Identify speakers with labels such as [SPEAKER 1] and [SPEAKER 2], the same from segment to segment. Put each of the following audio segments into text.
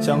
[SPEAKER 1] 享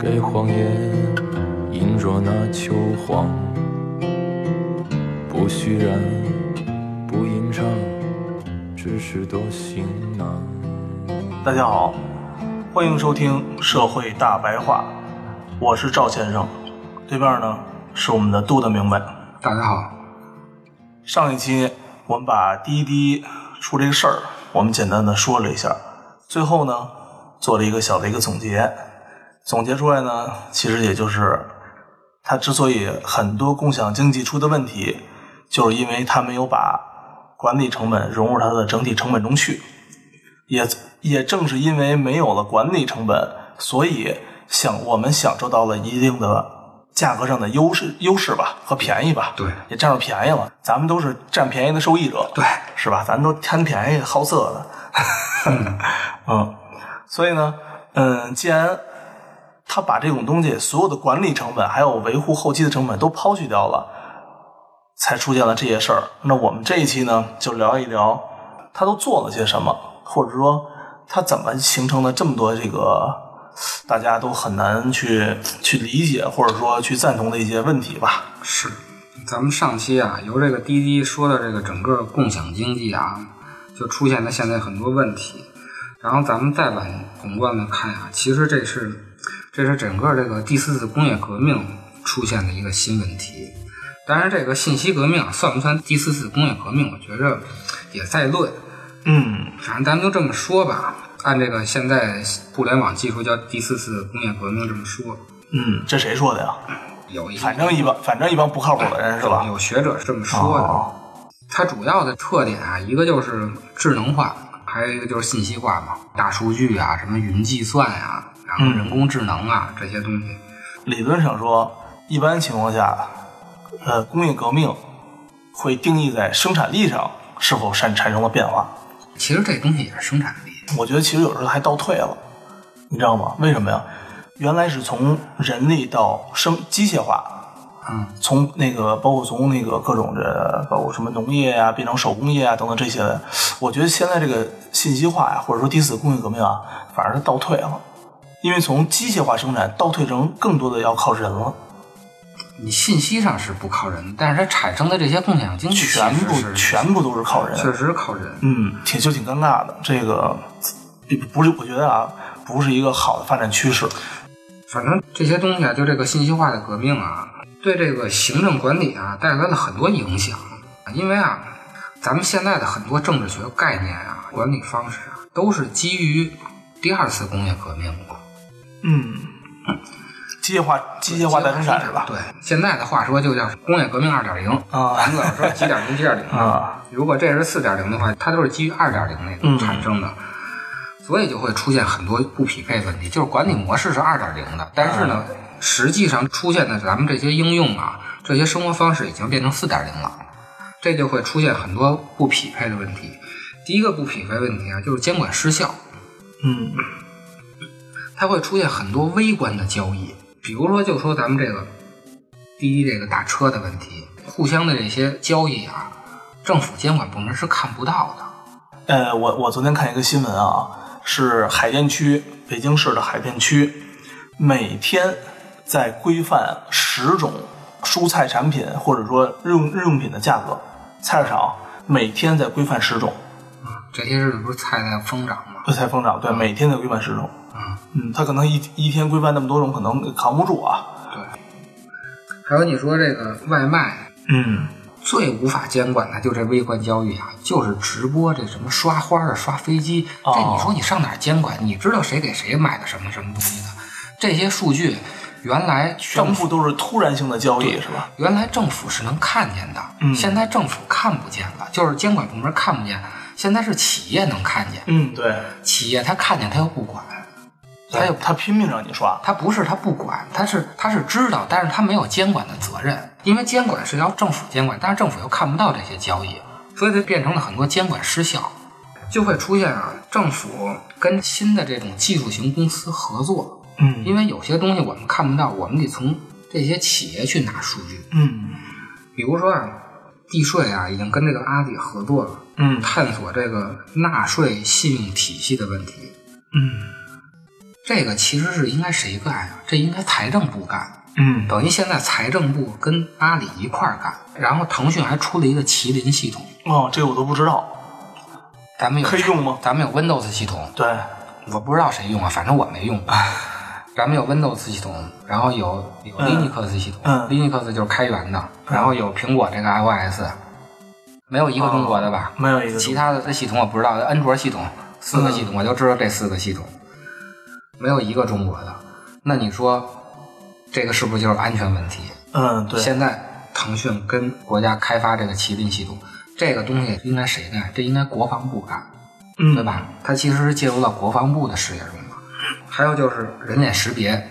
[SPEAKER 2] 给荒野，饮着那秋黄。不虚然，不吟唱，只是多行囊。
[SPEAKER 1] 大家好，欢迎收听《社会大白话》，我是赵先生，对面呢是我们的杜的明白。
[SPEAKER 3] 大家好，
[SPEAKER 1] 上一期我们把滴滴出这个事儿，我们简单的说了一下，最后呢做了一个小的一个总结，总结出来呢，其实也就是它之所以很多共享经济出的问题，就是因为它没有把管理成本融入它的整体成本中去，也也正是因为没有了管理成本，所以享我们享受到了一定的价格上的优势优势吧和便宜吧，
[SPEAKER 3] 对
[SPEAKER 1] 也占着便宜了。咱们都是占便宜的受益者，
[SPEAKER 3] 对，
[SPEAKER 1] 是吧？咱都贪便宜好色的， 嗯，所以呢，嗯，既然他把这种东西所有的管理成本还有维护后期的成本都抛弃掉了，才出现了这些事儿。那我们这一期呢，就聊一聊他都做了些什么，或者说他怎么形成了这么多这个大家都很难去去理解或者说去赞同的一些问题吧。
[SPEAKER 3] 是，咱们上期啊，由这个滴滴说的这个整个共享经济啊，就出现了现在很多问题。然后咱们再往宏观的看啊，其实这是这是整个这个第四次工业革命出现的一个新问题。当然，这个信息革命啊算不算第四次工业革命，我觉着也在论。
[SPEAKER 1] 嗯，
[SPEAKER 3] 反正咱们就这么说吧，按这个现在互联网技术叫第四次工业革命这么说，
[SPEAKER 1] 嗯，这谁说的呀？
[SPEAKER 3] 有一
[SPEAKER 1] 反正一帮反正一帮不靠谱的人是吧？
[SPEAKER 3] 有学者是这么说的。
[SPEAKER 1] 哦，
[SPEAKER 3] 它主要的特点啊，一个就是智能化，还有一个就是信息化嘛，大数据啊，什么云计算呀、然后
[SPEAKER 1] 嗯
[SPEAKER 3] 人工智能啊、这些东西。
[SPEAKER 1] 理论上说，一般情况下，呃，工业革命会定义在生产力上是否产产生了变化。
[SPEAKER 3] 其实这东西也是生产力，
[SPEAKER 1] 我觉得其实有时候还倒退了，你知道吗？为什么呀？原来是从人力到生机械化，
[SPEAKER 3] 嗯，
[SPEAKER 1] 从那个包括从那个各种的，包括什么农业啊，变成手工业啊等等这些，我觉得现在这个信息化呀、或者说第四工业革命啊，反而是倒退了，因为从机械化生产倒退成更多的要靠人了。
[SPEAKER 3] 你信息上是不靠人，但是它产生的这些共享经济其实
[SPEAKER 1] 全部
[SPEAKER 3] 是
[SPEAKER 1] 全部嗯都是靠
[SPEAKER 3] 确
[SPEAKER 1] 人，
[SPEAKER 3] 实靠人。
[SPEAKER 1] 嗯，挺就挺尴尬的。这个并不是，我觉得啊，不是一个好的发展趋势。
[SPEAKER 3] 反正这些东西啊，就这个信息化的革命啊，对这个行政管理啊带来了很多影响。因为啊，咱们现在的很多政治学概念啊、管理方式啊，都是基于第二次工业革命的
[SPEAKER 1] 嗯，机械化机械化再生产是吧？
[SPEAKER 3] 对，现在的话说就叫工业革命二点零。
[SPEAKER 1] 啊
[SPEAKER 3] 咱们老说几点零、几点零
[SPEAKER 1] 啊，
[SPEAKER 3] 如果这是四点零的话，它都是基于二点零那
[SPEAKER 1] 嗯
[SPEAKER 3] 个产生的，所以就会出现很多不匹配问题。就是管理模式是二点零的，但是呢，实际上出现的咱们这些应用啊，这些生活方式已经变成四点零了，这就会出现很多不匹配的问题。第一个不匹配问题啊，就是监管失效，
[SPEAKER 1] 嗯
[SPEAKER 3] 它会出现很多微观的交易，比如说，就说咱们这个第一这个打车的问题，互相的这些交易啊，政府监管部门是看不到的。
[SPEAKER 1] 呃，我我昨天看一个新闻啊，是海淀区北京市的海淀区，每天在规范十种蔬菜产品或者说日用日用品的价格，菜市场每天在规范十种。
[SPEAKER 3] 这些日子不是菜在疯涨吗？
[SPEAKER 1] 不才疯涨，对，每天得规范十种。嗯，他可能一一天规范那么多种，可能扛不住啊。
[SPEAKER 3] 还有你说这个外卖
[SPEAKER 1] 嗯，
[SPEAKER 3] 最无法监管的，就这微观交易啊，就是直播这什么刷花啊、刷飞机，
[SPEAKER 1] 哦
[SPEAKER 3] 这你说你上哪儿监管？你知道谁给谁买的什么什么东西的？这些数据原来全
[SPEAKER 1] 全
[SPEAKER 3] 部。
[SPEAKER 1] 部都是突然性的交易，是吧？
[SPEAKER 3] 原来政府是能看见的，
[SPEAKER 1] 嗯
[SPEAKER 3] 现在政府看不见了，就是监管部门看不见，现在是企业能看见，
[SPEAKER 1] 嗯，对，
[SPEAKER 3] 企业他看见他又不管，他又
[SPEAKER 1] 他拼命让你刷，
[SPEAKER 3] 他不是他不管，他是他是知道，但是他没有监管的责任，因为监管是要政府监管，但是政府又看不到这些交易，所以它变成了很多监管失效，就会出现啊，政府跟新的这种技术型公司合作，
[SPEAKER 1] 嗯
[SPEAKER 3] 因为有些东西我们看不到，我们得从这些企业去拿数据，
[SPEAKER 1] 嗯
[SPEAKER 3] 比如说啊，地税啊已经跟这个阿里合作了，
[SPEAKER 1] 嗯
[SPEAKER 3] 探索这个纳税信用体系的问题，
[SPEAKER 1] 嗯
[SPEAKER 3] 这个其实是应该谁干呀、这应该财政部干。
[SPEAKER 1] 嗯
[SPEAKER 3] 等于现在财政部跟阿里一块儿干，然后腾讯还出了一个麒麟系统，
[SPEAKER 1] 哦，这个我都不知道，
[SPEAKER 3] 咱们有
[SPEAKER 1] 可以用吗？
[SPEAKER 3] 咱们有 Windows 系统，
[SPEAKER 1] 对，
[SPEAKER 3] 我不知道谁用啊，反正我没用。咱们有 Windows 系统，然后有有
[SPEAKER 1] 嗯
[SPEAKER 3] Linux 系统、
[SPEAKER 1] 嗯
[SPEAKER 3] l i n u x 就是开源的，然后有苹果这个 iOS，没有一个中国的吧？
[SPEAKER 1] 没有一个
[SPEAKER 3] 其他的系统我不知道，安卓系统四个
[SPEAKER 1] 嗯
[SPEAKER 3] 系统我就知道这四个系统，没有一个中国的。那你说这个是不是就是安全问题？
[SPEAKER 1] 嗯对，
[SPEAKER 3] 现在腾讯跟国家开发这个麒麟系统，这个东西应该谁干？这应该国防部干，
[SPEAKER 1] 嗯
[SPEAKER 3] 对吧？它其实是介入到国防部的视野中了。还有就是人脸识别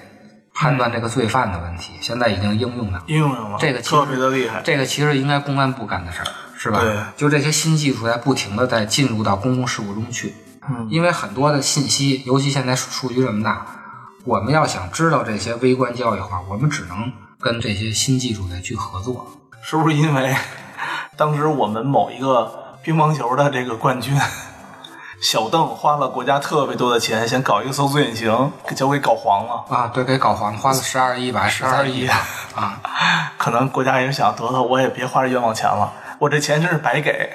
[SPEAKER 3] 判断这个罪犯的问题，现在已经应用了。
[SPEAKER 1] 应用上了，
[SPEAKER 3] 这个其实
[SPEAKER 1] 特别的厉害，
[SPEAKER 3] 这个其实应该公安部干的事儿，是吧
[SPEAKER 1] 对？
[SPEAKER 3] 就这些新技术在不停的在进入到公共事务中去，
[SPEAKER 1] 嗯
[SPEAKER 3] 因为很多的信息，尤其现在数据这么大，我们要想知道这些微观交易的话，我们只能跟这些新技术再去合作。
[SPEAKER 1] 是不是因为 当时我们某一个乒乓球的这个冠军小邓花了国家特别多的钱，想搞一个搜索引擎，给结果给搞黄了。
[SPEAKER 3] 啊，对，给搞黄了，花了十二亿吧，十
[SPEAKER 1] 12
[SPEAKER 3] 亿
[SPEAKER 1] 亿
[SPEAKER 3] 啊，
[SPEAKER 1] 可能国家也想得了，我也别花这冤枉钱了，我这钱真是白给。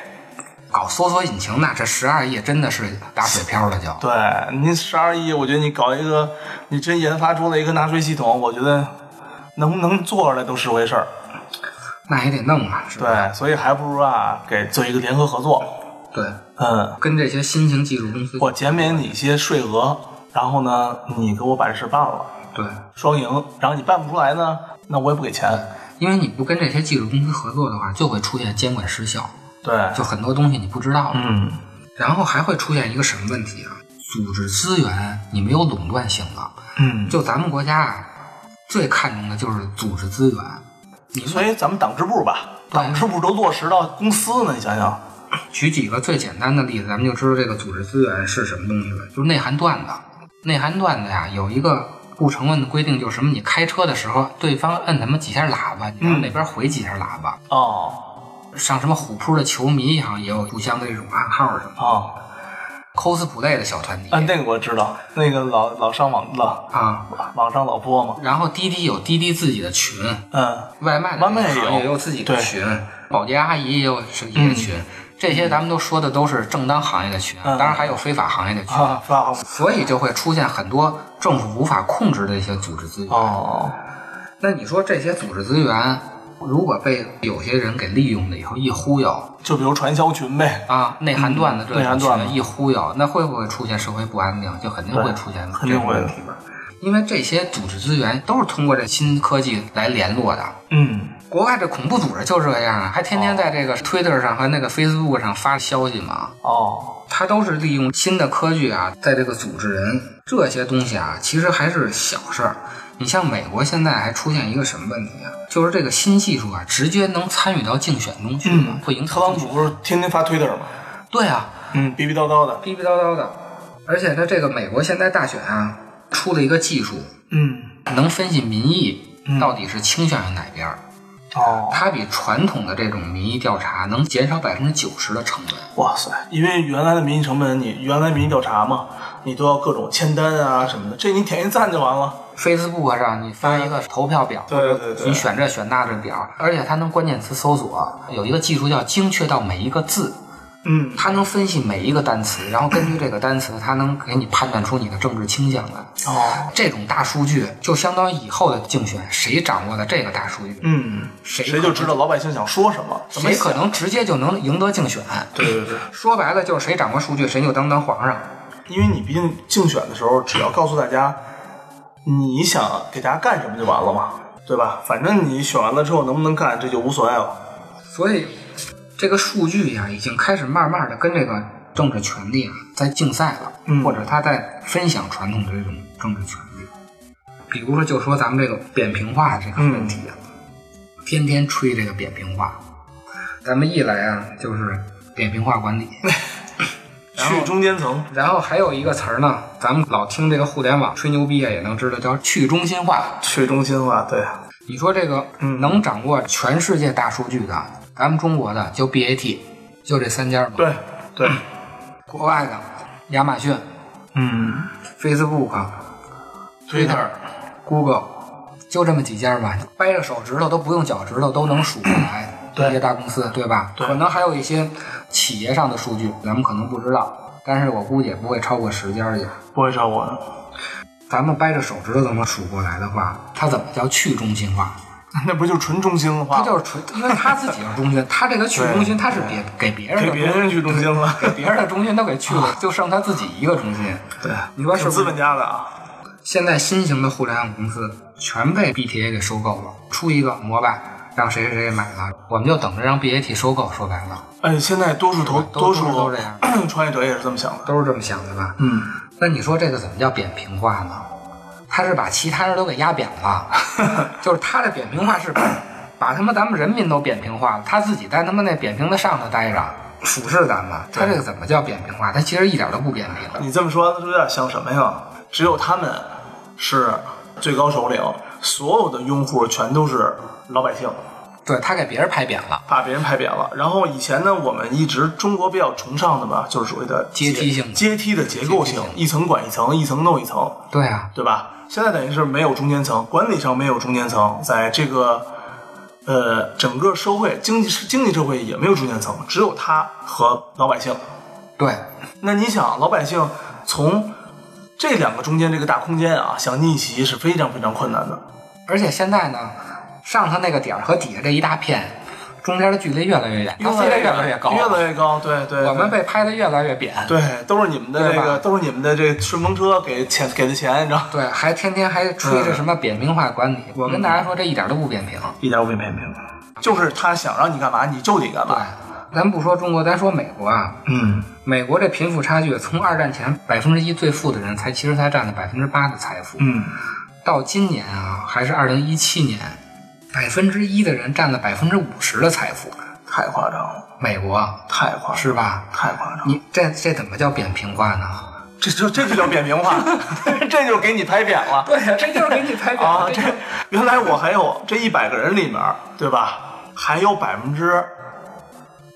[SPEAKER 3] 搞搜索引擎那这十二亿真的是打水漂了就。
[SPEAKER 1] 对你十二亿，我觉得你搞一个，你真研发出了一个纳税系统，我觉得能不能做出来都是回事儿。
[SPEAKER 3] 那也得弄啊，是吧？
[SPEAKER 1] 对，所以还不如啊，给做一个联合合作。
[SPEAKER 3] 对，
[SPEAKER 1] 嗯，
[SPEAKER 3] 跟这些新型技术公司，
[SPEAKER 1] 我减免你一些税额，然后呢，你给我把这事办了，
[SPEAKER 3] 对，
[SPEAKER 1] 双赢。然后你办不出来呢，那我也不给钱。
[SPEAKER 3] 因为你不跟这些技术公司合作的话，就会出现监管失效，
[SPEAKER 1] 对，
[SPEAKER 3] 就很多东西你不知道的。
[SPEAKER 1] 嗯
[SPEAKER 3] 然后还会出现一个什么问题啊？组织资源你没有垄断性了，
[SPEAKER 1] 嗯，
[SPEAKER 3] 就咱们国家啊，最看重的就是组织资源。你
[SPEAKER 1] 所以咱们党支部吧，党支部都落实到公司呢，你想想，
[SPEAKER 3] 举几个最简单的例子，咱们就知道这个组织资源是什么东西了，就是内涵段子。内涵段子呀，有一个不成文的规定，就是什么，你开车的时候，对方摁他妈几下喇叭，你
[SPEAKER 1] 嗯
[SPEAKER 3] 让那边回几下喇叭。
[SPEAKER 1] 哦
[SPEAKER 3] 像什么虎扑的球迷好像也有互相的这种暗号什么
[SPEAKER 1] 哦，
[SPEAKER 3] cosplay 的小团体
[SPEAKER 1] 啊，那个我知道，那个老老上网老
[SPEAKER 3] 啊。
[SPEAKER 1] 网上老播嘛，
[SPEAKER 3] 然后滴滴有滴滴自己的群，
[SPEAKER 1] 嗯
[SPEAKER 3] 外卖的
[SPEAKER 1] 外卖也有
[SPEAKER 3] 行业也有自己的
[SPEAKER 1] 对嗯
[SPEAKER 3] 群，保洁阿姨也有是一个群。这些咱们都说的都是正当行业的群，啊
[SPEAKER 1] 嗯
[SPEAKER 3] 当然还有非法行业的群。
[SPEAKER 1] 啊，发
[SPEAKER 3] 所以就会出现很多政府无法控制的一些组织资源。
[SPEAKER 1] 哦，
[SPEAKER 3] 那你说这些组织资源，如果被有些人给利用了以后一忽悠
[SPEAKER 1] 就比如传销群呗，
[SPEAKER 3] 啊，内涵段子这
[SPEAKER 1] 嗯内涵段子
[SPEAKER 3] 一忽悠，那会不会出现社会不安定？就肯定会
[SPEAKER 1] 对
[SPEAKER 3] 出现
[SPEAKER 1] 肯定会
[SPEAKER 3] 这种问题吧。因为这些组织资源都是通过这新科技来联络的，
[SPEAKER 1] 嗯
[SPEAKER 3] 国外这恐怖组织就这样啊，还
[SPEAKER 1] 哦
[SPEAKER 3] 天天在这个 Twitter 上和那个 Facebook 上发消息嘛。
[SPEAKER 1] 哦，
[SPEAKER 3] 它都是利用新的科技啊，在这个组织人这些东西啊，其实还是小事儿。你像美国现在还出现一个什么问题啊？就是这个新技术啊，直接能参与到竞选中去了，会影
[SPEAKER 1] 嗯
[SPEAKER 3] 响
[SPEAKER 1] 特朗
[SPEAKER 3] 竞
[SPEAKER 1] 普
[SPEAKER 3] 选
[SPEAKER 1] 不是天天发推特吗？
[SPEAKER 3] 对啊，
[SPEAKER 1] 嗯，逼逼叨叨的，
[SPEAKER 3] 逼逼叨叨的。而且它这个美国现在大选啊，出了一个技术，
[SPEAKER 1] 嗯
[SPEAKER 3] 能分析民意
[SPEAKER 1] 嗯
[SPEAKER 3] 到底是倾向于哪边儿。
[SPEAKER 1] 哦，
[SPEAKER 3] 它比传统的这种民意调查能减少百分之九十的成本。
[SPEAKER 1] 哇塞，因为原来的民意成本，你原来民意调查嘛，你都要各种签单啊什么的，这你点一赞就完了，
[SPEAKER 3] Facebook 上你发一个投票表，
[SPEAKER 1] 对对对对
[SPEAKER 3] 你选这选那这表，而且它能关键词搜索，有一个技术叫精确到每一个字，
[SPEAKER 1] 嗯
[SPEAKER 3] 它能分析每一个单词，然后根据这个单词，它能给你判断出你的政治倾向来。
[SPEAKER 1] 哦，
[SPEAKER 3] 这种大数据就相当于以后的竞选，谁掌握了这个大数据，
[SPEAKER 1] 嗯，
[SPEAKER 3] 谁
[SPEAKER 1] 谁就知道老百姓想说什么，怎么
[SPEAKER 3] 谁可能直接就能赢得竞选。
[SPEAKER 1] 对对对，
[SPEAKER 3] 说白了就是谁掌握数据，谁就当当皇上。
[SPEAKER 1] 因为你毕竟竞选的时候，只要告诉大家你想给大家干什么就完了嘛，对吧？反正你选完了之后能不能干，这就无所谓了。
[SPEAKER 3] 所以这个数据呀、已经开始慢慢的跟这个政治权力啊在竞赛了，
[SPEAKER 1] 嗯
[SPEAKER 3] 或者他在分享传统的这种政治权利。比如说，就说咱们这个扁平化这个问题啊，天天吹这个扁平化，咱们一来啊就是扁平化管理，然后
[SPEAKER 1] 去中间层，
[SPEAKER 3] 然后还有一个词儿呢，咱们老听这个互联网吹牛逼啊，也能知道叫去中心化。
[SPEAKER 1] 去中心化，对，啊
[SPEAKER 3] 你说这个能掌握全世界大数据的，咱们中国的就 BAT，就这三家嘛。，
[SPEAKER 1] 对，对，
[SPEAKER 3] 国外的亚马逊、
[SPEAKER 1] 嗯
[SPEAKER 3] Facebook、Twitter、Google，就这么几家吧，掰着手指头都不用脚趾头都能数出来。
[SPEAKER 1] 对
[SPEAKER 3] 这些大公司，对吧？
[SPEAKER 1] 对
[SPEAKER 3] 可能还有一些企业上的数据，咱们可能不知道，但是我估计也不会超过十家去。
[SPEAKER 1] 不会超过的，
[SPEAKER 3] 咱们掰着手指头都能数过来的话，它怎么叫去中心化？
[SPEAKER 1] 那不就纯中心化？
[SPEAKER 3] 它就是纯，因为他自己是中心，他这个去中心，他是别给别人
[SPEAKER 1] 给
[SPEAKER 3] 的
[SPEAKER 1] 别人去中心化，
[SPEAKER 3] 给别人的中心都给去了，就剩他自己一个中心。
[SPEAKER 1] 啊对，
[SPEAKER 3] 你说是
[SPEAKER 1] 挺
[SPEAKER 3] 不
[SPEAKER 1] 资
[SPEAKER 3] 是？
[SPEAKER 1] 本家的啊，
[SPEAKER 3] 现在新型的互联网公司全被 BTA 给收购了，出一个摩拜让谁谁谁买了，我们就等着让 BAT 收购。说白了，
[SPEAKER 1] 哎，现在多数投
[SPEAKER 3] 都
[SPEAKER 1] 多数
[SPEAKER 3] 都是这样
[SPEAKER 1] 创业者也是这么想的，
[SPEAKER 3] 都是这么想的吧？
[SPEAKER 1] 嗯，
[SPEAKER 3] 那你说这个怎么叫扁平化呢？他是把其他人都给压扁了， 就是他的扁平化 是把把他妈咱们人民都扁平化了，他自己在他妈那扁平的上头待着，俯视咱们。他这个怎么叫扁平化？他其实一点都不扁平。
[SPEAKER 1] 你这么说，就有点像什么呀？只有他们是最高首领，所有的拥护全都是老百姓。
[SPEAKER 3] 对他给别人拍扁了，
[SPEAKER 1] 把别人拍扁了。然后以前呢，我们一直中国比较崇尚的吧，就是所谓的
[SPEAKER 3] 阶梯性的
[SPEAKER 1] 阶梯的结构性
[SPEAKER 3] 阶梯，性
[SPEAKER 1] 一层管一层，一层弄一层，
[SPEAKER 3] 对啊，
[SPEAKER 1] 对吧？现在等于是没有中间层，管理上没有中间层，在这个呃整个社会经济经济社会也没有中间层，只有他和老百姓。
[SPEAKER 3] 对，
[SPEAKER 1] 那你想，老百姓从这两个中间这个大空间啊，想逆袭是非常非常困难的。
[SPEAKER 3] 而且现在呢，上他那个点儿和底下这一大片，中间的距离越来越远，他飞得越来越高，啊
[SPEAKER 1] 越来越高，对对。
[SPEAKER 3] 我
[SPEAKER 1] 对
[SPEAKER 3] 们被拍得越来越扁。
[SPEAKER 1] 对，都是你们的
[SPEAKER 3] 对
[SPEAKER 1] 这
[SPEAKER 3] 吧
[SPEAKER 1] 个，都是你们的这顺风车给钱给的钱，你知道？
[SPEAKER 3] 对，还天天还吹
[SPEAKER 1] 嗯
[SPEAKER 3] 着什么扁平化管理，我跟大家说这一点都不扁平。
[SPEAKER 1] 一点儿我也没明白，就是他想让你干嘛，你就得干
[SPEAKER 3] 对
[SPEAKER 1] 嘛。，
[SPEAKER 3] 咱不说中国，咱说美国啊，
[SPEAKER 1] 嗯，
[SPEAKER 3] 美国这贫富差距从二战前百分之一最富的人才其实才占了百分之八的财富，
[SPEAKER 1] 嗯，
[SPEAKER 3] 到今年啊，还是二零一七年，百分之一的人占了百分之五十的财富，
[SPEAKER 1] 太夸张了，
[SPEAKER 3] 美国
[SPEAKER 1] 太夸张了，
[SPEAKER 3] 是吧？
[SPEAKER 1] 太夸张了，
[SPEAKER 3] 你这这怎么叫扁平化呢？
[SPEAKER 1] 这就这就叫扁平化， 这就给你拍扁了。
[SPEAKER 3] 对呀，这就是给你拍扁
[SPEAKER 1] 啊，这原来我还有这一百个人里面，对吧？还有百分之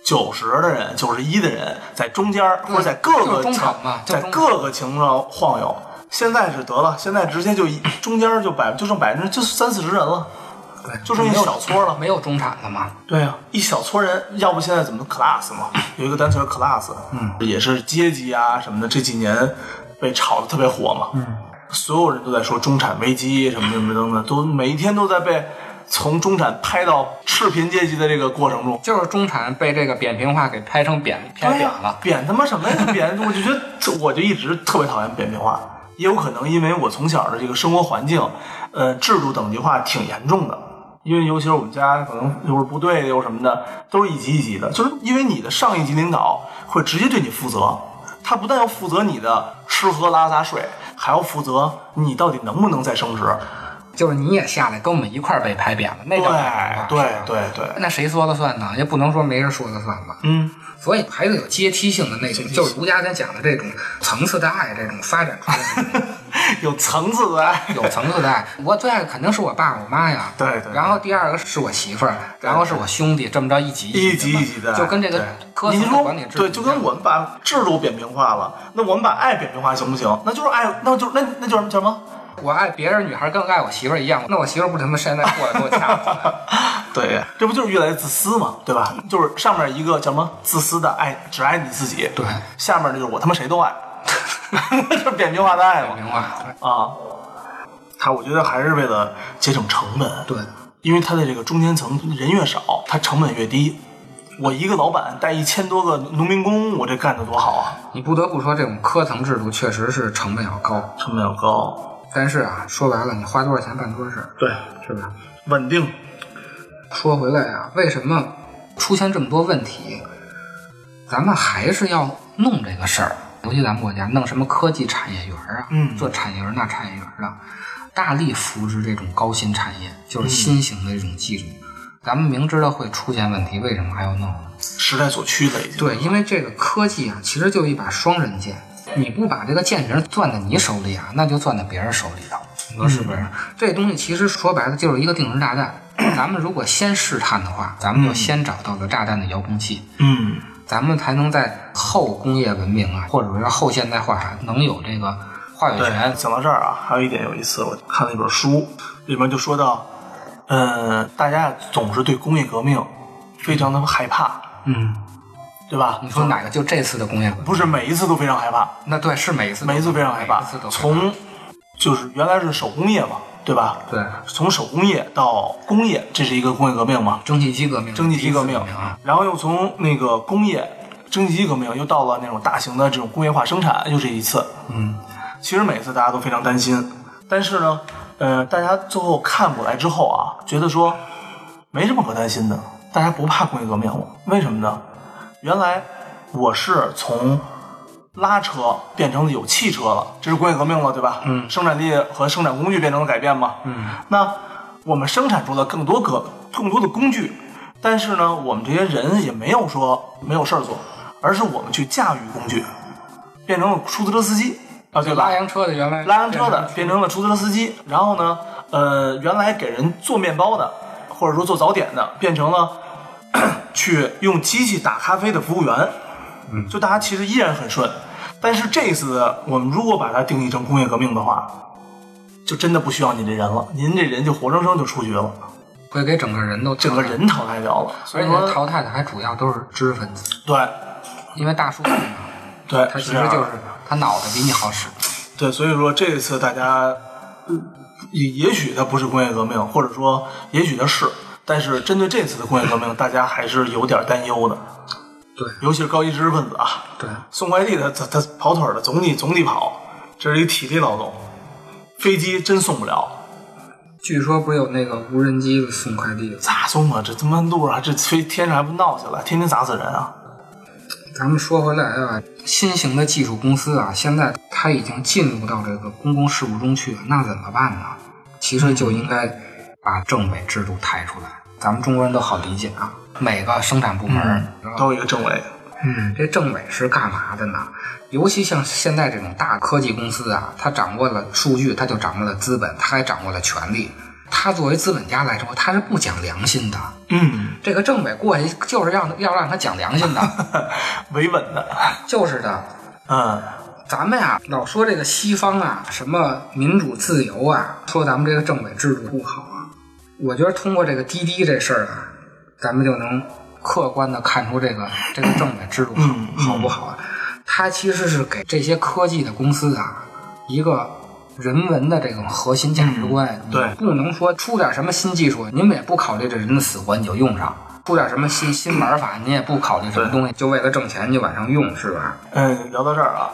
[SPEAKER 1] 九十的人，九十一的人在中间儿或者在各
[SPEAKER 3] 就是
[SPEAKER 1] 个
[SPEAKER 3] 中
[SPEAKER 1] 层
[SPEAKER 3] 场嘛，就
[SPEAKER 1] 在
[SPEAKER 3] 是中场
[SPEAKER 1] 各个情况上晃悠。现在是得了，现在直接就一中间儿就百就剩百分之就三四十人了，就剩一小撮了。
[SPEAKER 3] 没有中产了嘛？
[SPEAKER 1] 对呀、一小撮人，要不现在怎么 class 嘛，有一个单词儿 class，嗯，也是阶级啊什么的，这几年被炒得特别火嘛，嗯，所有人都在说中产危机什么什么等等，都每一天都在被从中产拍到赤贫阶级的这个过程中，
[SPEAKER 3] 就是中产被这个扁平化给拍成扁
[SPEAKER 1] 对
[SPEAKER 3] 偏扁
[SPEAKER 1] 哎呀
[SPEAKER 3] 了。
[SPEAKER 1] 扁他妈什么 呀？扁，我就觉得我就一直特别讨厌扁平化，也有可能因为我从小的这个生活环境，呃，制度等级化挺严重的。因为尤其是我们家可能又是部队又是什么的，都是一级一级的，就是因为你的上一级领导会直接对你负责，他不但要负责你的吃喝拉撒睡，还要负责你到底能不能再升职。
[SPEAKER 3] 就是你也下来跟我们一块儿被拍扁了，那
[SPEAKER 1] 对
[SPEAKER 3] 叫扁平化
[SPEAKER 1] 对对对，
[SPEAKER 3] 那谁说了算呢？也不能说没人说了算吧。
[SPEAKER 1] 嗯，
[SPEAKER 3] 所以还得有阶梯性的那种，就是儒家咱讲的这种层次的爱，这种发展出来的
[SPEAKER 1] 有层次的爱，
[SPEAKER 3] 有层次的爱。我最爱的肯定是我爸我妈呀，
[SPEAKER 1] 对对对
[SPEAKER 3] 然后第二个是我媳妇儿，然后是我兄弟，这么着一级
[SPEAKER 1] 一级
[SPEAKER 3] 级的嘛
[SPEAKER 1] 一级的，
[SPEAKER 3] 就跟这个
[SPEAKER 1] 对
[SPEAKER 3] 科层
[SPEAKER 1] 你
[SPEAKER 3] 的
[SPEAKER 1] 说
[SPEAKER 3] 管理制度
[SPEAKER 1] 对，就跟我们把制度扁平化了，那我们把爱扁平化行不行？那就是爱，那就那那就是叫什么？
[SPEAKER 3] 我爱别人女孩跟爱我媳妇儿一样，那我媳妇儿不他妈现在过来给我掐死了
[SPEAKER 1] 对，这不就是越来越自私嘛，对吧？就是上面一个叫什么自私的爱，只爱你自己，
[SPEAKER 3] 对
[SPEAKER 1] 下面就是我他妈谁都 爱，这是扁平化的爱嘛
[SPEAKER 3] 扁平 化，
[SPEAKER 1] 啊。他我觉得还是为了节省成本，
[SPEAKER 3] 对，
[SPEAKER 1] 因为他的这个中间层人越少，他成本越低。我一个老板带一千多个农民工，我这干得多好啊，
[SPEAKER 3] 你不得不说这种科层制度确实是成本要高，
[SPEAKER 1] 成本要高。
[SPEAKER 3] 但是啊，说白了，你花多少钱办多少事儿，
[SPEAKER 1] 对，
[SPEAKER 3] 是吧？
[SPEAKER 1] 稳定，
[SPEAKER 3] 说回来啊，为什么出现这么多问题？咱们还是要弄这个事儿，尤其咱们国家弄什么科技产业园啊，
[SPEAKER 1] 嗯
[SPEAKER 3] 这产业园儿那产业园儿的，大力扶植这种高新产业，就是新型的这种技术。咱们明知道会出现问题，为什么还要弄？
[SPEAKER 1] 时代所趋了已经。，
[SPEAKER 3] 对，因为这个科技啊，其实就一把双刃剑，你不把这个剑柄攥在你手里啊，那就攥在别人手里头，你说是不是？
[SPEAKER 1] 嗯
[SPEAKER 3] 这东西其实说白了就是一个定时炸弹。 咱们如果先试探的话，咱们就先找到了炸弹的遥控器，
[SPEAKER 1] 嗯
[SPEAKER 3] 咱们才能在后工业文明啊，或者说后现代化啊能有这个话语
[SPEAKER 1] 对
[SPEAKER 3] 权，。
[SPEAKER 1] 讲到这儿啊，还有一点有意思，我看了一本书，里面就说到，嗯，大家总是对工业革命非常的害怕，
[SPEAKER 3] 嗯，
[SPEAKER 1] 对吧？
[SPEAKER 3] 你说哪个？就这次的工业文明？
[SPEAKER 1] 不是每一次都非常害怕，
[SPEAKER 3] 那对，是每一次都
[SPEAKER 1] 每一次非常害怕
[SPEAKER 3] 每一次都。会
[SPEAKER 1] 从就是原来是手工业嘛，对吧？
[SPEAKER 3] 对
[SPEAKER 1] 从手工业到工业，这是一个工业革命嘛，
[SPEAKER 3] 蒸汽机革命，
[SPEAKER 1] 蒸汽机革命
[SPEAKER 3] 第一次啊，，
[SPEAKER 1] 然后又从那个工业蒸汽机革命又到了那种大型的这种工业化生产，又是一次。
[SPEAKER 3] 嗯，
[SPEAKER 1] 其实每次大家都非常担心，但是呢，呃，大家最后看过来之后啊，觉得说没什么可担心的，大家不怕工业革命了。为什么呢？原来我是从拉车变成有汽车了，这是工业革命了，对吧？嗯，生产力和生产工具变成了改变嘛。嗯，那我们生产出了更多个更多的工具，但是呢，我们这些人也没有说没有事儿做，而是我们去驾驭工具，变成了出租车司机啊，对吧
[SPEAKER 3] 拉？洋车的原来
[SPEAKER 1] 拉洋车的变成了出租车司机，然后呢，呃，原来给人做面包的，或者说做早点的，变成了 去用机器打咖啡的服务员。嗯，就大家其实依然很顺，但是这一次我们如果把它定义成工业革命的话，就真的不需要你这人了，您这人就活生生就出局了，
[SPEAKER 3] 会给整个人都
[SPEAKER 1] 整个人淘汰掉了。所
[SPEAKER 3] 而
[SPEAKER 1] 以
[SPEAKER 3] 且
[SPEAKER 1] 说，
[SPEAKER 3] 淘汰的还主要都是知识分子，
[SPEAKER 1] 对
[SPEAKER 3] 因为大数据嘛，
[SPEAKER 1] 对，
[SPEAKER 3] 他其
[SPEAKER 1] 这
[SPEAKER 3] 实
[SPEAKER 1] 样
[SPEAKER 3] 就是他脑子比你好使。
[SPEAKER 1] 对，所以说这一次大家，嗯也也许它不是工业革命，或者说也许它是，但是针对这次的工业革命，大家还是有点担忧的。
[SPEAKER 3] 对
[SPEAKER 1] 尤其是高级知识分子啊，
[SPEAKER 3] 对，
[SPEAKER 1] 送快递的他他跑腿儿的总得总得跑，这是一体力劳动，飞机真送不了，
[SPEAKER 3] 据说不是有那个无人机送快递的，
[SPEAKER 1] 咋送啊？这他妈路上这飞天上还不闹起来，天天砸死人啊！
[SPEAKER 3] 咱们说回来啊，新型的技术公司啊，现在它已经进入到这个公共事务中去了，那怎么办呢？其实就应该把政委制度抬出来，咱们中国人都好理解啊。每个生产部门儿，
[SPEAKER 1] 都有一个政委，嗯，
[SPEAKER 3] 这政委是干嘛的呢？尤其像现在这种大科技公司啊，它掌握了数据，它就掌握了资本，它还掌握了权力。他作为资本家来说，他是不讲良心的。
[SPEAKER 1] 嗯，
[SPEAKER 3] 这个政委过去就是让要让他讲良心的，
[SPEAKER 1] 维稳的，
[SPEAKER 3] 就是的。
[SPEAKER 1] 嗯，
[SPEAKER 3] 咱们呀、老说这个西方啊，什么民主自由啊，说咱们这个政委制度不好啊。我觉得通过这个滴滴这事儿啊，咱们就能客观的看出这个这个政委制度好
[SPEAKER 1] 嗯
[SPEAKER 3] 好不好啊。它其实是给这些科技的公司啊一个人文的这种核心价值观。
[SPEAKER 1] 嗯对
[SPEAKER 3] 你不能说出点什么新技术，你们也不考虑这人的死活你就用上；出点什么新新玩法，你也不考虑什么
[SPEAKER 1] 对
[SPEAKER 3] 东西，就为了挣钱就往上用，是吧？
[SPEAKER 1] 嗯，聊到这儿啊，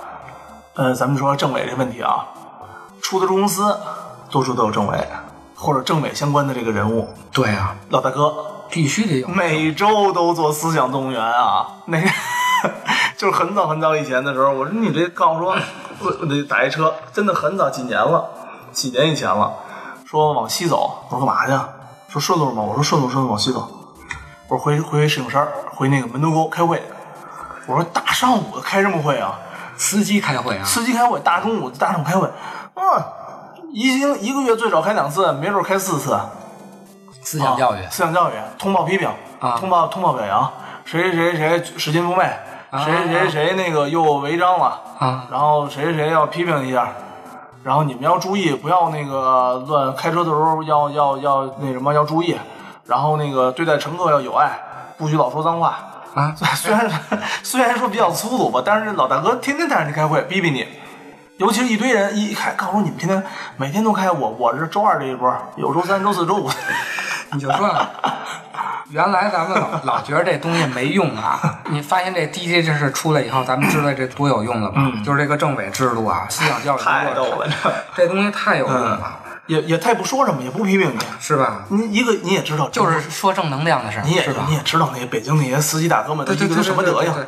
[SPEAKER 1] 呃，咱们说政委这问题啊，出租车公司多数都有政委，或者政委相关的这个人物，
[SPEAKER 3] 对啊，
[SPEAKER 1] 老大哥
[SPEAKER 3] 必须得有。
[SPEAKER 1] 每周都做思想动员啊，那个 就是很早很早以前的时候，我说你这告诉我说，我我得打一车，真的很早几年了，几年以前了，说往西走，我说干嘛去？啊说顺路吗？我说顺路顺路往西走，我说回回石景山，回那个门头沟开会，我说大上午的开什么会啊？
[SPEAKER 3] 司机开会啊，
[SPEAKER 1] 司机开会，大中午大上午开会，嗯，一星一个月最少开两次，没准儿开四次。啊
[SPEAKER 3] 思想教育，
[SPEAKER 1] 啊思想教育，通报批评，
[SPEAKER 3] 啊
[SPEAKER 1] 通报通报表扬，谁谁谁谁拾金不昧，谁谁谁那个又违章了
[SPEAKER 3] 啊
[SPEAKER 1] 然后谁谁谁要批评一下，然后你们要注意，不要那个乱开车的时候要要要那什么要注意，然后那个对待乘客要友爱，不许老说脏话。
[SPEAKER 3] 啊
[SPEAKER 1] 虽 虽然虽然说比较粗鲁吧，但是老大哥天天带着你开会，逼逼你。尤其是一堆人一开，告诉你们天天每天都开我，我是周二这一波，有周三、周四、周 五。
[SPEAKER 3] 你就说 啊，原来咱们老老觉得这东西没用 啊，你发现这 DJ 这事出来以后，咱们知道这多有用了吧？就是这个政委制度啊，思想教育
[SPEAKER 1] 太逗了，
[SPEAKER 3] 这东西太有用了，
[SPEAKER 1] 也也他也不说什么，也不批评
[SPEAKER 3] 是吧？
[SPEAKER 1] 你。你一个你也知道，
[SPEAKER 3] 就是说正能量的事儿，
[SPEAKER 1] 你也
[SPEAKER 3] 是吧
[SPEAKER 1] 你？也知道那些北京那些司机大哥们，他一
[SPEAKER 3] 对对
[SPEAKER 1] 个
[SPEAKER 3] 对，
[SPEAKER 1] 都什么
[SPEAKER 3] 对
[SPEAKER 1] 德
[SPEAKER 3] 对
[SPEAKER 1] 行
[SPEAKER 3] 对，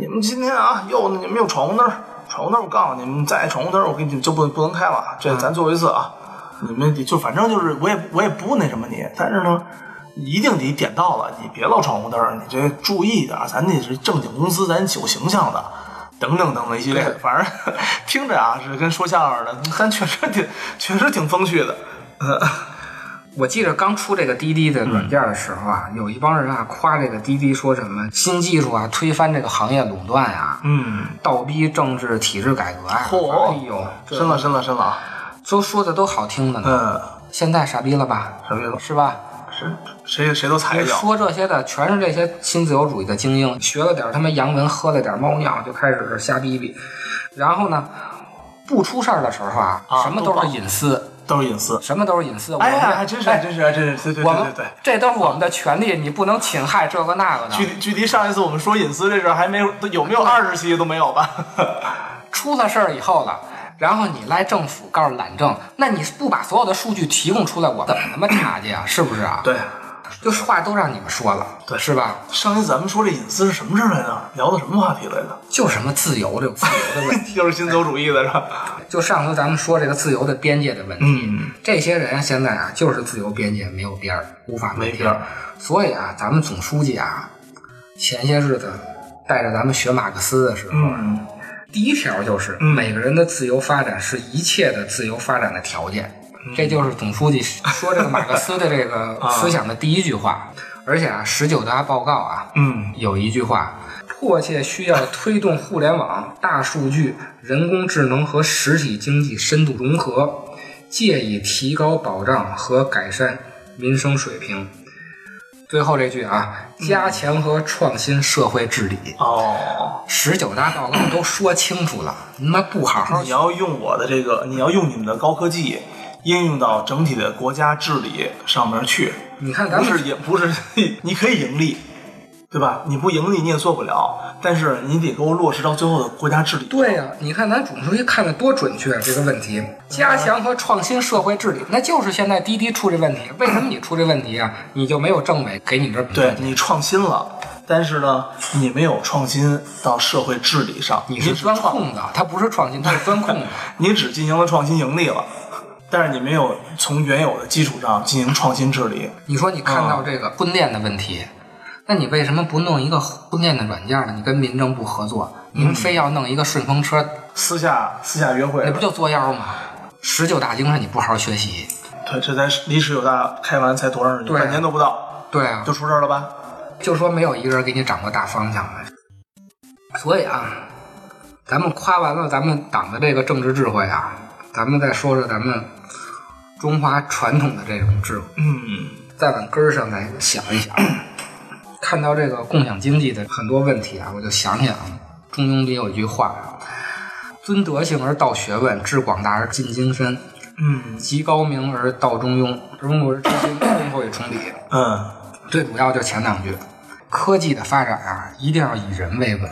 [SPEAKER 1] 你们今天啊，又你们又闯红灯儿，闯红灯儿我告诉你们，再闯红灯儿我给你们就不不能开了，
[SPEAKER 3] 嗯
[SPEAKER 1] 这咱最后一次啊，你们得就反正就是我也我也不那什么你，但是呢，一定得点到了，你别老闯红灯儿，你这注意点儿，咱这是正经公司，咱有形象的。等等等等一系列的，反 正听着啊是跟说相声的，但确实挺确实挺风趣的。
[SPEAKER 3] 我记得刚出这个滴滴的软件的时候啊，有一帮人啊夸这个滴滴说什么新技术啊推翻这个行业垄断啊，
[SPEAKER 1] 嗯，
[SPEAKER 3] 倒逼政治体制改革啊，
[SPEAKER 1] 嚯
[SPEAKER 3] 哎呦，
[SPEAKER 1] 深了深了深了啊，
[SPEAKER 3] 都说的都好听的呢，
[SPEAKER 1] 嗯，
[SPEAKER 3] 现在傻逼了吧，
[SPEAKER 1] 傻逼了哎
[SPEAKER 3] 是吧？
[SPEAKER 1] 谁谁都踩一脚。
[SPEAKER 3] 说这些的全是这些新自由主义的精英，学了点他妈洋文，喝了点猫尿，就开始瞎逼逼。然后呢，不出事儿的时候啊，
[SPEAKER 1] 啊
[SPEAKER 3] 什么都是隐私，
[SPEAKER 1] 都是隐私。
[SPEAKER 3] 什么都是隐私。
[SPEAKER 1] 哎
[SPEAKER 3] 我
[SPEAKER 1] 呀，
[SPEAKER 3] 们
[SPEAKER 1] 还真是，还真是，还真是，对对
[SPEAKER 3] 我
[SPEAKER 1] 对
[SPEAKER 3] 们
[SPEAKER 1] 对对。
[SPEAKER 3] 这都是我们的权利，你不能侵害这个那个的
[SPEAKER 1] 距。离距离上一次我们说隐私这事儿还没有，都有没有二十期都没有吧？
[SPEAKER 3] 出了事儿以后了。然后你赖政府，告诉懒政，那你不把所有的数据提供出来，我怎么他妈查去啊？是不是啊？，
[SPEAKER 1] 对，
[SPEAKER 3] 就是话都让你们说了，
[SPEAKER 1] 对
[SPEAKER 3] 是吧？
[SPEAKER 1] 上一次咱们说这隐私是什么事儿来着？聊的什么话题来着？
[SPEAKER 3] 就什么自由这种自由的问 题。
[SPEAKER 1] 又是新自由主义的是吧？
[SPEAKER 3] 就上头咱们说这个自由的边界的问题，
[SPEAKER 1] 嗯
[SPEAKER 3] 这些人现在啊就是自由边界没有边儿，无法
[SPEAKER 1] 没
[SPEAKER 3] 边
[SPEAKER 1] 边儿
[SPEAKER 3] 所以啊，咱们总书记啊，前些日子带着咱们学马克思的时候，
[SPEAKER 1] 嗯，
[SPEAKER 3] 第一条就是、每个人的自由发展是一切的自由发展的条件，
[SPEAKER 1] 嗯
[SPEAKER 3] 这就是总书记说这个马克思的 这个
[SPEAKER 1] 啊
[SPEAKER 3] 思想的第一句话。而且啊，十九大报告啊，
[SPEAKER 1] 嗯，
[SPEAKER 3] 有一句话。迫切需要推动互联网、大数据、人工智能和实体经济深度融合，借以提高保障和改善民生水平。最后这句啊，加强和创新社会治理。
[SPEAKER 1] 哦，
[SPEAKER 3] 十九大报告都说清楚了，你妈不好好
[SPEAKER 1] 嗯你要用我的这个，你要用你们的高科技应用到整体的国家治理上面去，
[SPEAKER 3] 你看咱
[SPEAKER 1] 不
[SPEAKER 3] 们
[SPEAKER 1] 是也不是， 你可以盈利。对吧？你不盈利你也做不了，但是你得给我落实到最后的国家治理。
[SPEAKER 3] 对呀、你看咱总书记看的多准确啊这个问题，加强和创新社会治理，那就是现在滴滴出这问题，为什么你出这问题啊？你就没有政委给你这评
[SPEAKER 1] 对
[SPEAKER 3] 论，
[SPEAKER 1] 你创新了，但是呢，你没有创新到社会治理上，
[SPEAKER 3] 你
[SPEAKER 1] 你
[SPEAKER 3] 是
[SPEAKER 1] 只
[SPEAKER 3] 钻
[SPEAKER 1] 创，
[SPEAKER 3] 空子，他不是创新，他是钻 空子。
[SPEAKER 1] 你只进行了创新盈利了，但是你没有从原有的基础上进行创新治理。
[SPEAKER 3] 你说你看到这个婚恋的问题，那你为什么不弄一个婚恋的软件呢？你跟民政部合作，您非要弄一个顺风车，
[SPEAKER 1] 私下私下约会
[SPEAKER 3] 那，不就作妖吗？十九大精神你不好好学习，
[SPEAKER 1] 对，这才离十九大开完才多长时间？
[SPEAKER 3] 对啊
[SPEAKER 1] 半年都不到
[SPEAKER 3] 对啊，
[SPEAKER 1] 就出事儿了吧？
[SPEAKER 3] 就说没有一个人给你掌握大方向的。所以啊，咱们夸完了咱们党的这个政治智慧啊，咱们再说说咱们中华传统的这种智慧，
[SPEAKER 1] 嗯，
[SPEAKER 3] 再往根儿上再想一想。 看到这个共享经济的很多问题啊，我就想起来了，中庸里有一句话啊：“尊德性而道学问，致广大而近精深，
[SPEAKER 1] 嗯
[SPEAKER 3] 极高明而道中庸。”中国之今，空后与崇礼。
[SPEAKER 1] 嗯，
[SPEAKER 3] 最主要就前两句，科技的发展啊，一定要以人为本，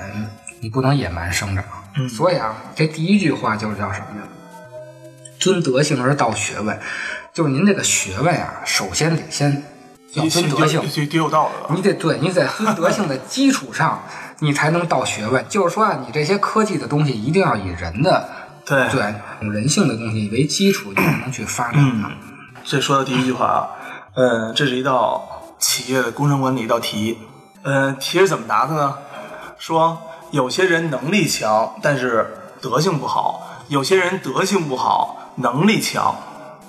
[SPEAKER 3] 你不能野蛮生长。
[SPEAKER 1] 嗯
[SPEAKER 3] 所以啊，这第一句话就是叫什么呀？尊德性而道学问，就是您这个学问啊，首先得先要尊德性
[SPEAKER 1] 就，就就有道理了。
[SPEAKER 3] 你得对你在尊德性的基础上，你才能道学问。就是说啊，你这些科技的东西一定要以人的
[SPEAKER 1] 对
[SPEAKER 3] 对人性的东西为基础，你才能去发展
[SPEAKER 1] 嗯
[SPEAKER 3] 啊它。
[SPEAKER 1] 这说的第一句话啊，嗯，这是一道企业的工商管理一道题，嗯，题是怎么答的呢？说有些人能力强，但是德性不好；有些人德性不好，能力强。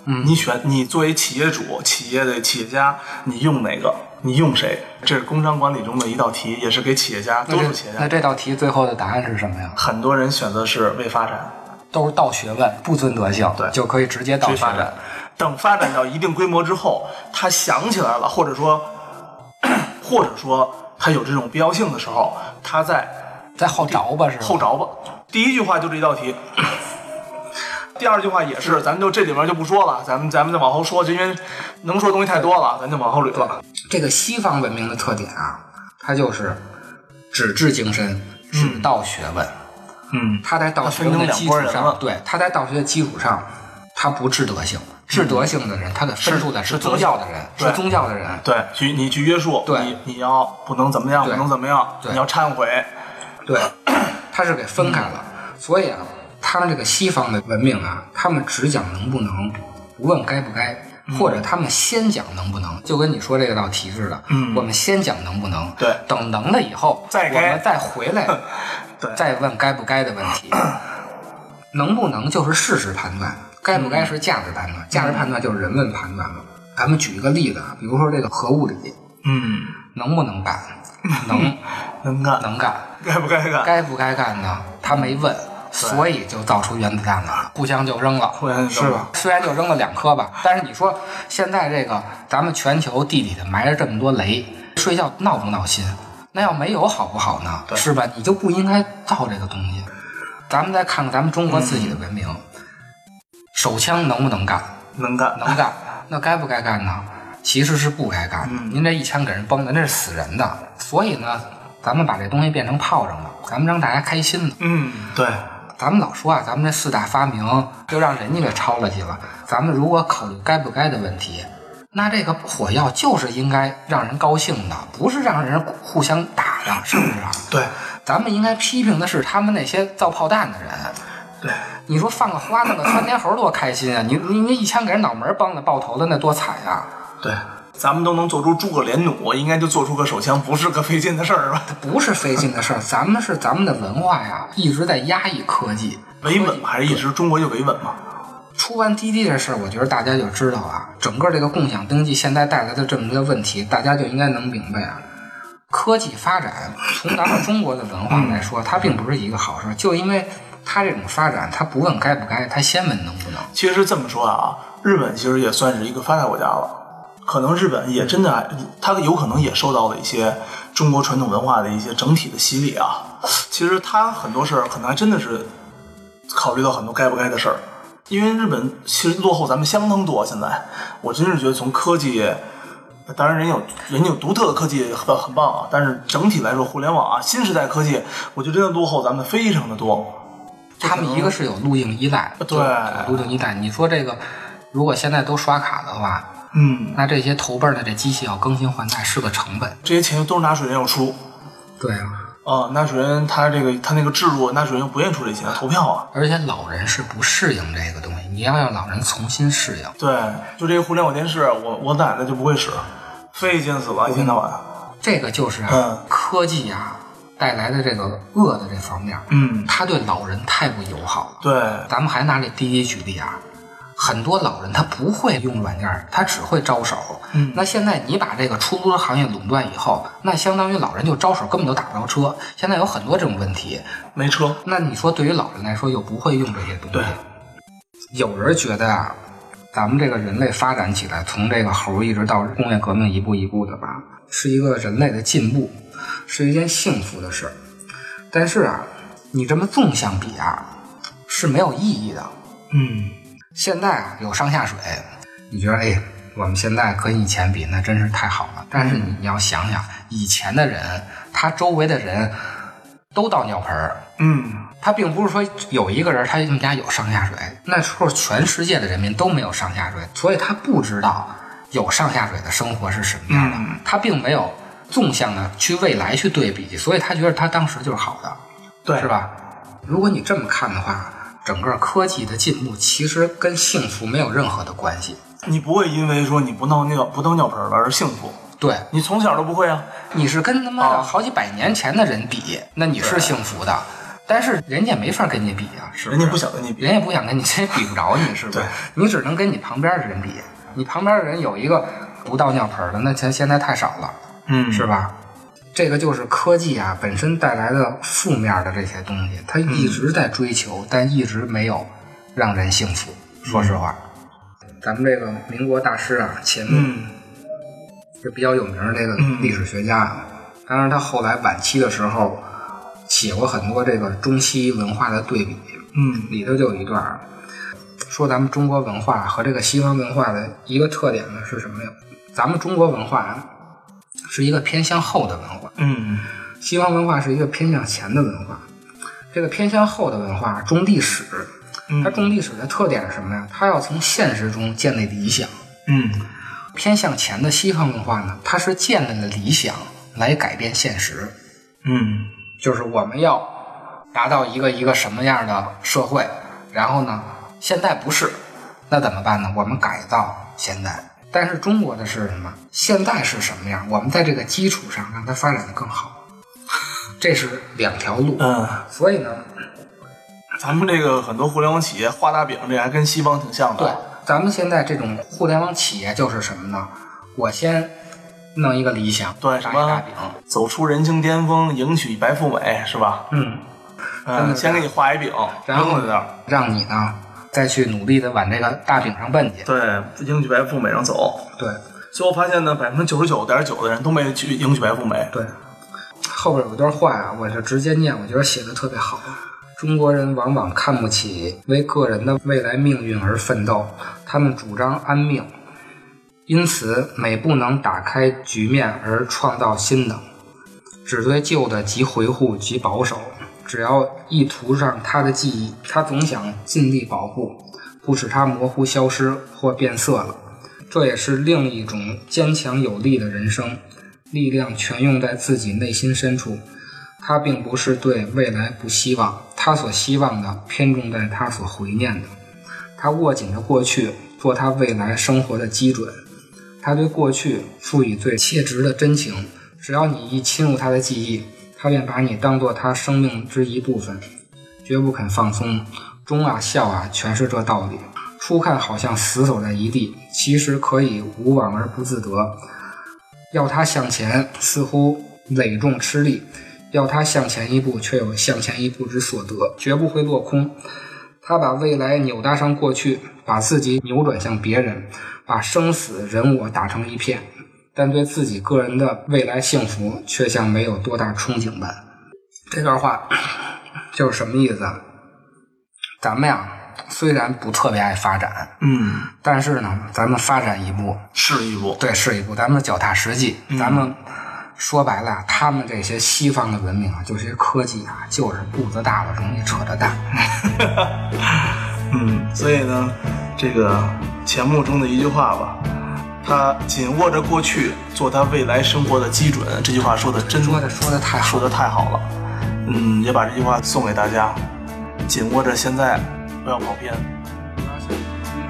[SPEAKER 1] 嗯，你选你作为企业主、企业的企业家，你用哪个？你用谁？这是工商管理中的一道题，也是给企业家，
[SPEAKER 3] 那
[SPEAKER 1] 都
[SPEAKER 3] 这
[SPEAKER 1] 是企业
[SPEAKER 3] 那
[SPEAKER 1] 家。
[SPEAKER 3] 这道题最后的答案是什么呀？
[SPEAKER 1] 很多人选择是未发展，
[SPEAKER 3] 都是道学问，不尊德性，
[SPEAKER 1] 对
[SPEAKER 3] 就可以直接道
[SPEAKER 1] 去
[SPEAKER 3] 学
[SPEAKER 1] 发
[SPEAKER 3] 问
[SPEAKER 1] 展。。等发展到一定规模之后，他想起来了，或者说，或者说他有这种必要性的时候，他再
[SPEAKER 3] 再后着吧，是吧？
[SPEAKER 1] 后着吧。第一句话就这一道题，第二句话也是，咱们就这里面就不说了，咱们咱们再往后说，因为能说的东西太多了，咱就往后捋了。
[SPEAKER 3] 这个西方文明的特点啊，它就是只治精神，只道学问。
[SPEAKER 1] 嗯，
[SPEAKER 3] 它在道学问的基
[SPEAKER 1] 它分成两拨
[SPEAKER 3] 础
[SPEAKER 1] 人
[SPEAKER 3] 上
[SPEAKER 1] 了，嗯
[SPEAKER 3] 对，它在道学的基础上，它不治德性。治德性的人，他给分出来
[SPEAKER 1] 是
[SPEAKER 3] 宗教的人，
[SPEAKER 1] 对
[SPEAKER 3] 是宗教的人。
[SPEAKER 1] 对，去你去约束，
[SPEAKER 3] 对
[SPEAKER 1] 你你要不能怎么样，
[SPEAKER 3] 对
[SPEAKER 1] 不能怎么样，
[SPEAKER 3] 对
[SPEAKER 1] 你要忏悔，
[SPEAKER 3] 对， 它是给分开了。所以啊，他们这个西方的文明啊，他们只讲能不能，不问该不该，
[SPEAKER 1] 嗯
[SPEAKER 3] 或者他们先讲能不能，就跟你说这个道题似的。
[SPEAKER 1] 嗯
[SPEAKER 3] 我们先讲能不能，
[SPEAKER 1] 对
[SPEAKER 3] 等能了以后，
[SPEAKER 1] 再
[SPEAKER 3] 我
[SPEAKER 1] 该
[SPEAKER 3] 们再回来
[SPEAKER 1] 对，
[SPEAKER 3] 再问该不该的问 题。能不能就是事实判断，该不
[SPEAKER 1] 嗯
[SPEAKER 3] 该是价值判断，价值判断就是人问判断了。咱们举一个例子啊，比如说这个核物理，
[SPEAKER 1] 嗯，
[SPEAKER 3] 能 不能办？能，
[SPEAKER 1] 能干，
[SPEAKER 3] 能干。
[SPEAKER 1] 该不该干？
[SPEAKER 3] 该不该干呢？他没问，所以就造出原子弹了，互相就扔了，
[SPEAKER 1] 互相就扔
[SPEAKER 3] 是吧？虽然就扔了两颗吧，但是你说现在这个咱们全球地底下埋着这么多雷，睡觉闹不闹心？那要没有好不好呢？
[SPEAKER 1] 对
[SPEAKER 3] 是吧？你就不应该造这个东西。咱们再看看咱们中国自己的文明，
[SPEAKER 1] 嗯
[SPEAKER 3] 手枪能不能干？
[SPEAKER 1] 能干，
[SPEAKER 3] 能干，那该不该干呢？其实是不该干的。您这一枪给人崩的，那是死人的。所以呢，咱们把这东西变成炮仗了，咱们让大家开心呢。
[SPEAKER 1] 嗯，对，
[SPEAKER 3] 咱们老说啊，咱们这四大发明就让人家给抄了去了。咱们如果考虑该不该的问题，那这个火药就是应该让人高兴的，不是让人互相打的，是不是啊？
[SPEAKER 1] 对，
[SPEAKER 3] 咱们应该批评的是他们那些造炮弹的人。
[SPEAKER 1] 对，
[SPEAKER 3] 你说放个花弄个窜天猴多开心啊！你你你一枪给人脑门崩了爆头的那多惨啊！
[SPEAKER 1] 对，咱们都能做出诸葛连弩，应该就做出个手枪，不是个费劲的事儿吧？
[SPEAKER 3] 不是费劲的事儿，咱们是咱们的文化呀，一直在压抑科技。
[SPEAKER 1] 维稳还是一直中国就维稳嘛？
[SPEAKER 3] 出完滴滴这事儿，我觉得大家就知道啊，整个这个共享经济现在带来的这么多问题，大家就应该能明白啊。科技发展从咱们中国的文化来说，它并不是一个好事儿，就因为它这种发展，它不问该不该，它先问能不能。
[SPEAKER 1] 其实这么说啊，日本其实也算是一个发达国家了，可能日本也真的，它有可能也受到了一些中国传统文化的一些整体的洗礼啊。其实它很多事儿可能还真的是考虑到很多该不该的事儿，因为日本其实落后咱们相当多。现在我真是觉得从科技。当然，人有人有独特的科技很很棒啊，但是整体来说，互联网啊，新时代科技，我觉得真的落后咱们非常的多。
[SPEAKER 3] 他们一个是有路径依赖，
[SPEAKER 1] 对
[SPEAKER 3] 有路径依赖。你说这个，如果现在都刷卡的话，
[SPEAKER 1] 嗯，
[SPEAKER 3] 那这些头辈儿的这机器要更新换代是个成本。
[SPEAKER 1] 这些钱都是拿水人要出，
[SPEAKER 3] 对啊，
[SPEAKER 1] 哦，纳税人他这个他那个制度，纳税人不愿意出这钱投票啊。
[SPEAKER 3] 而且老人是不适应这个东西，你要让老人重新适应。
[SPEAKER 1] 对，就这个互联网电视，我我奶奶就不会使，费劲死了，一天到晚。
[SPEAKER 3] 这个就是啊，
[SPEAKER 1] 嗯
[SPEAKER 3] 科技啊带来的这个恶的这方面，
[SPEAKER 1] 嗯，
[SPEAKER 3] 它对老人太不友好了。
[SPEAKER 1] 对，
[SPEAKER 3] 咱们还拿这滴滴举例啊，很多老人他不会用软件儿，他只会招手。
[SPEAKER 1] 嗯
[SPEAKER 3] 那现在你把这个出租车行业垄断以后，那相当于老人就招手根本就打不着车。现在有很多这种问题，
[SPEAKER 1] 没车。
[SPEAKER 3] 那你说对于老人来说又不会用这些东
[SPEAKER 1] 对
[SPEAKER 3] 西，有人觉得啊，咱们这个人类发展起来，从这个猴儿一直到工业革命一步一步的吧，是一个人类的进步，是一件幸福的事儿。但是啊，你这么纵向比啊，是没有意义的。
[SPEAKER 1] 嗯，
[SPEAKER 3] 现在啊有上下水，你觉得哎，我们现在跟以前比，那真是太好了。但是你要想想，以前的人，他周围的人都倒尿盆儿，
[SPEAKER 1] 嗯，
[SPEAKER 3] 他并不是说有一个人他们家有上下水，那时候全世界的人民都没有上下水，所以他不知道有上下水的生活是什么样的，
[SPEAKER 1] 嗯
[SPEAKER 3] 他并没有纵向的去未来去对比，所以他觉得他当时就是好的，
[SPEAKER 1] 对，
[SPEAKER 3] 是？吧？如果你这么看的话，整个科技的进步其实跟幸福没有任何的关系。
[SPEAKER 1] 你不会因为说你不闹尿不当尿盆了而幸福，
[SPEAKER 3] 对，
[SPEAKER 1] 你从小都不会啊。
[SPEAKER 3] 你是跟他妈的
[SPEAKER 1] 啊
[SPEAKER 3] 好几百年前的人比，那你是幸福的，但是人家没法跟你比啊，是不
[SPEAKER 1] 人
[SPEAKER 3] 是？
[SPEAKER 1] 家不想跟你比。
[SPEAKER 3] 人也不想跟你，这比不着你，是不是
[SPEAKER 1] 对？
[SPEAKER 3] 你只能跟你旁边的人比。你旁边的人有一个不倒尿盆的，那钱现在太少了，
[SPEAKER 1] 嗯，
[SPEAKER 3] 是吧？这个就是科技啊本身带来的负面的这些东西，它
[SPEAKER 1] 嗯
[SPEAKER 3] 一直在追求，但一直没有让人幸福。说实话，咱们这个民国大师啊，钱穆
[SPEAKER 1] 嗯，
[SPEAKER 3] 就比较有名儿这个历史学家啊。当然，他后来晚期的时候写过很多这个中西文化的对比。
[SPEAKER 1] 嗯
[SPEAKER 3] 里头就有一段儿说咱们中国文化和这个西方文化的一个特点呢是什么呀？咱们中国文化啊是一个偏向后的文化，
[SPEAKER 1] 嗯
[SPEAKER 3] 西方文化是一个偏向前的文化。这个偏向后的文化重历史，
[SPEAKER 1] 嗯
[SPEAKER 3] 它重历史的特点是什么呀？它要从现实中建立理想。
[SPEAKER 1] 嗯，
[SPEAKER 3] 偏向前的西方文化呢，它是建立了理想来改变现实。
[SPEAKER 1] 嗯，
[SPEAKER 3] 就是我们要达到一个一个什么样的社会，然后呢，现在不是，那怎么办呢？我们改造现在，但是中国的是什么？现在是什么样？我们在这个基础上让它发展的更好，这是两条路。
[SPEAKER 1] 嗯，
[SPEAKER 3] 所以呢，
[SPEAKER 1] 咱们这个很多互联网企业画大饼，这还跟西方挺像
[SPEAKER 3] 对
[SPEAKER 1] 的。，
[SPEAKER 3] 咱们现在这种互联网企业就是什么呢？我先弄一个理想，
[SPEAKER 1] 对
[SPEAKER 3] 炸
[SPEAKER 1] 什
[SPEAKER 3] 一
[SPEAKER 1] 么
[SPEAKER 3] 大饼，
[SPEAKER 1] 走出人情巅峰，迎娶白富美，是吧？
[SPEAKER 3] 嗯，
[SPEAKER 1] 嗯，
[SPEAKER 3] 的是
[SPEAKER 1] 先给你画一饼，
[SPEAKER 3] 然后
[SPEAKER 1] 扔在那儿，
[SPEAKER 3] 让你呢再去努力的往这个大饼上奔去。
[SPEAKER 1] 对，迎娶白富美上走。
[SPEAKER 3] 对
[SPEAKER 1] 最后发现呢，百分之九十九点九的人都没去迎娶白富美。
[SPEAKER 3] 对，后边有段话啊，我就直接念，我觉得写的特别好。中国人往往看不起为个人的未来命运而奋斗，他们主张安命，因此每不能打开局面而创造新的，只对旧的极回护极保守。只要意图上他的记忆，他总想尽力保护，不使它模糊消失或变色了。这也是另一种坚强有力的人生，力量全用在自己内心深处。他并不是对未来不希望，他所希望的偏重在他所怀念的。他握紧着过去，做他未来生活的基准。他对过去赋予最切实的真情。只要你一侵入他的记忆，他便把你当做他生命之一部分，绝不肯放松。忠啊，孝啊，全是这道理。初看好像死守在一地，其实可以无往而不自得。要他向前，似乎累重吃力；要他向前一步，却有向前一步之所得，绝不会落空。他把未来扭搭上过去，把自己扭转向别人，把生死人我打成一片，但对自己个人的未来幸福却像没有多大憧憬般。这段话 就是什么意思啊？咱们呀，虽然不特别爱发展，
[SPEAKER 1] 嗯，
[SPEAKER 3] 但是呢，咱们发展一步，
[SPEAKER 1] 是一步。
[SPEAKER 3] 对，是一步，咱们脚踏实地，咱们说白了啊，他们这些西方的文明啊，就这些科技啊，就是步子大了容易扯着蛋。
[SPEAKER 1] 嗯，所以呢，这个钱穆中的一句话吧，他紧握着过去，做他未来生活的基准。这句话说的真
[SPEAKER 3] 说的说的太好
[SPEAKER 1] 说
[SPEAKER 3] 了，
[SPEAKER 1] 的太好了。嗯，也把这句话送给大家，紧握着现在，不要跑偏。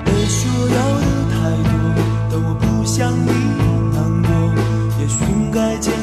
[SPEAKER 4] 也许我要的太多，但我不想你难过。也许应该简